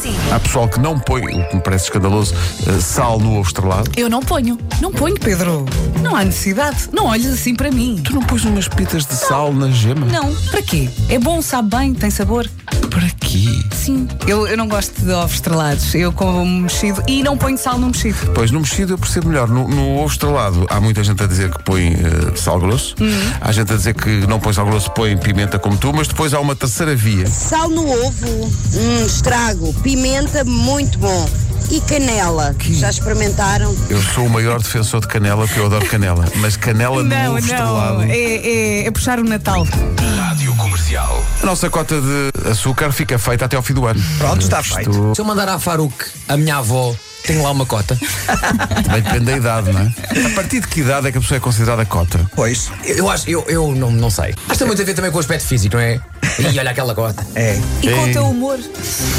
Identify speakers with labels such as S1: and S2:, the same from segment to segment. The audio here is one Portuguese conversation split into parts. S1: Sim.
S2: Há pessoal que não põe, o que me parece escandaloso, eh, sal no ovo estrelado.
S1: Eu não ponho.
S3: Não ponho, Pedro. Não há necessidade. Não olhes assim para mim.
S2: Tu não pôs umas pitas de sal na gema?
S1: Não.
S3: Para quê? É bom, sabe bem, tem sabor.
S2: Para quê?
S3: Sim. Eu, eu não gosto de ovos estrelados. Eu como um mexido e não ponho sal no mexido.
S2: Pois, no mexido eu percebo melhor. No, no ovo estrelado há muita gente a dizer que põe eh, sal grosso.
S3: Uhum.
S2: Há gente a dizer que não põe sal grosso, põe pimenta como tu, mas depois há uma terceira via.
S4: Sal no ovo, hum, estrago. Pimenta, muito bom. E canela, já experimentaram?
S2: Eu sou o maior defensor de canela, porque eu adoro canela. Mas canela no ovo um estrelado.
S3: É, é- é puxar o Natal.
S2: A nossa cota de açúcar fica feita até ao fim do ano.
S5: Pronto, está feito. Se eu mandar à Faruque a minha avó, tem lá uma cota.
S2: Também depende da idade, não é? A partir de que idade é que a pessoa é considerada cota?
S6: Pois.
S5: Eu acho, eu, eu não, não sei. Acho que tem muito a ver também com o aspecto físico, não é? E olha aquela cota.
S6: É.
S3: E com
S2: Ei.
S3: o teu humor.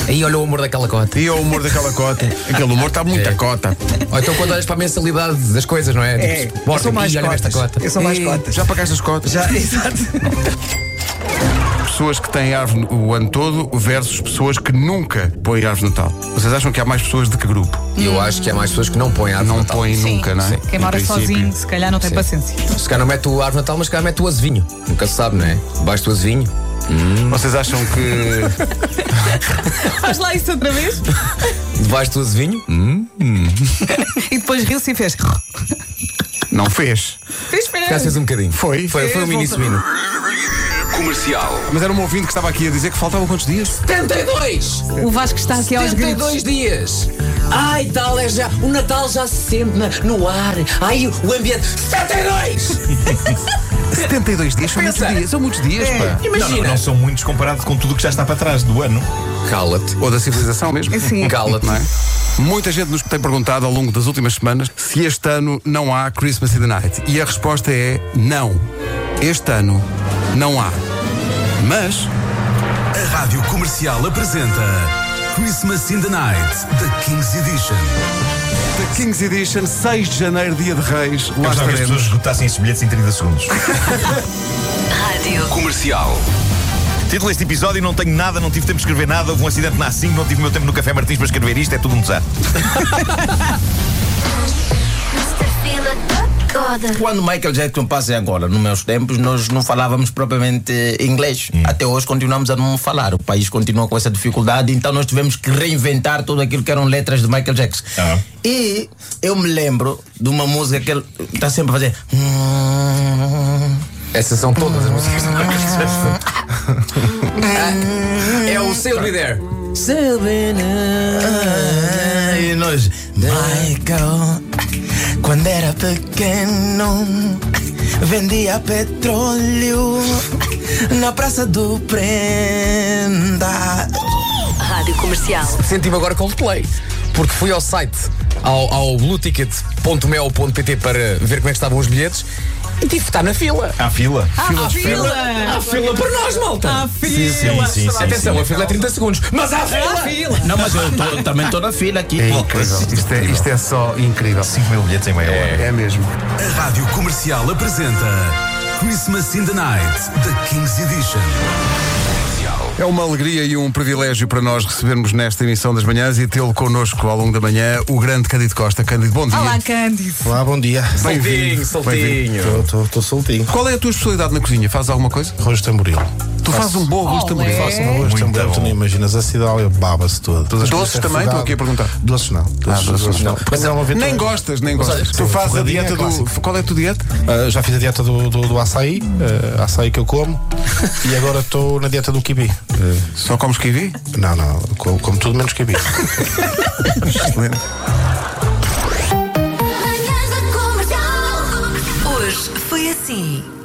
S5: Aí olha o amor daquela cota.
S2: E o humor daquela cota? Aquele humor está muito a cota.
S5: Ou então quando olhas para a mensalidade das coisas, não é?
S6: É.
S5: Tipo,
S6: Eu
S5: Sporting,
S6: sou mais
S5: "Ih, olha esta
S6: cotas.
S5: cota.
S6: Eu sou mais
S7: É.
S5: Ei,
S6: cotas.
S2: Já pagaste as cotas?
S6: Já, exato.
S2: Pessoas que têm árvore o ano todo versus pessoas que nunca põem árvore de Natal. Vocês acham que há mais pessoas de que grupo?
S5: Eu acho que há mais pessoas que não põem árvore
S2: Não
S5: Natal.
S2: põem
S3: Sim.
S2: nunca, não é?
S3: Quem
S2: Em
S3: mora
S2: princípio.
S3: sozinho, se calhar não tem
S5: Sim.
S3: paciência.
S5: Se calhar não mete o árvore Natal, mas se calhar mete o azevinho. Nunca se sabe, não é? Basta o azevinho.
S2: Vocês acham que.
S3: Faz lá isso outra vez.
S5: Debaixo do azevinho.
S3: E depois riu-se e fez.
S2: não fez?
S3: Fez esperar.
S5: Já fez um bocadinho.
S2: Foi?
S5: Foi, foi um mini suíno.
S2: Mas era um ouvinte que estava aqui a dizer que faltavam quantos dias?
S5: 72!
S3: O Vasco está aqui aos gritos.
S5: 72 dias! Ai, tal é já. O Natal já se sente na- no ar. Ai, o ambiente. 72!
S2: 72 dias? São
S5: Pensa.
S2: muitos dias, são muitos dias,
S3: É.
S2: pá.
S7: Não, não,
S5: Imagina!
S7: não são muitos comparado com tudo o que já está para trás do ano.
S5: Cala-te.
S2: Ou da civilização mesmo?
S3: Sim.
S5: Cala-te,
S2: Não é? Muita gente nos tem perguntado ao longo das últimas semanas se este ano não há Christmas in the Night. E a resposta é não. Este ano não há. Mas
S8: A Rádio Comercial apresenta Christmas in the Night, The King's Edition.
S2: The King's Edition, 6 de janeiro, dia de Reis,
S7: Eu
S2: lá
S7: gostava que as pessoas
S2: estaremos.
S7: esgotassem esses bilhetes em 30 segundos.
S8: Comercial.
S7: Título deste episódio: Não tenho nada, não tive tempo de escrever nada. Houve um acidente na A5, não tive meu tempo no Café Martins para escrever isto. É tudo um desastre.
S9: Quando Michael Jackson passa agora, nos meus tempos, nós não falávamos propriamente inglês. Até hoje continuamos a não falar. O país continua com essa dificuldade, então nós tivemos que reinventar tudo aquilo que eram letras de Michael Jackson.
S7: Ah.
S9: E eu me lembro de uma música que ele está sempre a fazer.
S5: Essas são todas as músicas do Michael Jackson. Ah, É o Sail Me There.
S9: Ah, E nós. Michael, quando era pequeno, vendia petróleo na Praça do Prenda.
S1: Rádio Comercial.
S5: Senti-me agora Coldplay. Porque fui ao site, ao, ao blueticket.mel.pt para ver como é que estavam os bilhetes e tive que estar Tipo, tá na fila.
S7: Há fila.
S3: À fila!
S5: Há fila para nós, malta!
S3: À fila!
S7: sim, sim,
S5: Atenção,
S7: sim.
S5: a fila é 30 segundos, mas há fila!
S3: À fila!
S9: Não, mas eu tô- também estou na fila aqui.
S2: É
S9: Pô,
S2: incrível. Isto é, isto é só incrível.
S7: 5 mil bilhetes em meia hora.
S2: É mesmo.
S8: A Rádio Comercial apresenta Christmas in the Night, The King's Edition.
S2: É uma alegria e um privilégio para nós recebermos nesta emissão das manhãs e tê-lo connosco ao longo da manhã o grande Cândido Costa. Cândido, bom dia.
S3: Olá, Cândido.
S10: Olá, bom dia.
S5: Soltinho, soltinho.
S10: Estou soltinho.
S2: Qual é a tua especialidade na cozinha? Fazes alguma coisa?
S10: Arroz de tamboril.
S2: Tu fazes um bom arroz de
S3: Olé.
S2: tamboril.
S9: é?
S10: Faço um arroz de
S7: Muito
S10: tamboril, tu
S7: bom.
S10: não imaginas. A cidade baba-se toda. Todas as
S2: Doces
S10: coisas
S2: também? Estou aqui a perguntar.
S10: é Doces não. Doces, doces não. Mas é uma aventura.
S2: Nem gostas, nem gostas.
S10: olha,
S2: Tu
S10: sim,
S2: fazes a
S10: forradinha é
S2: dieta do.
S10: clássico.
S2: Qual é a tua dieta?
S10: Ah, já fiz a dieta do, do, do açaí, ah, açaí que eu como, e agora estou na dieta do kiwi. Ah,
S2: Só comes kiwi?
S10: não, não, como, como tudo menos kiwi.
S2: Excelente.
S1: Hoje foi assim.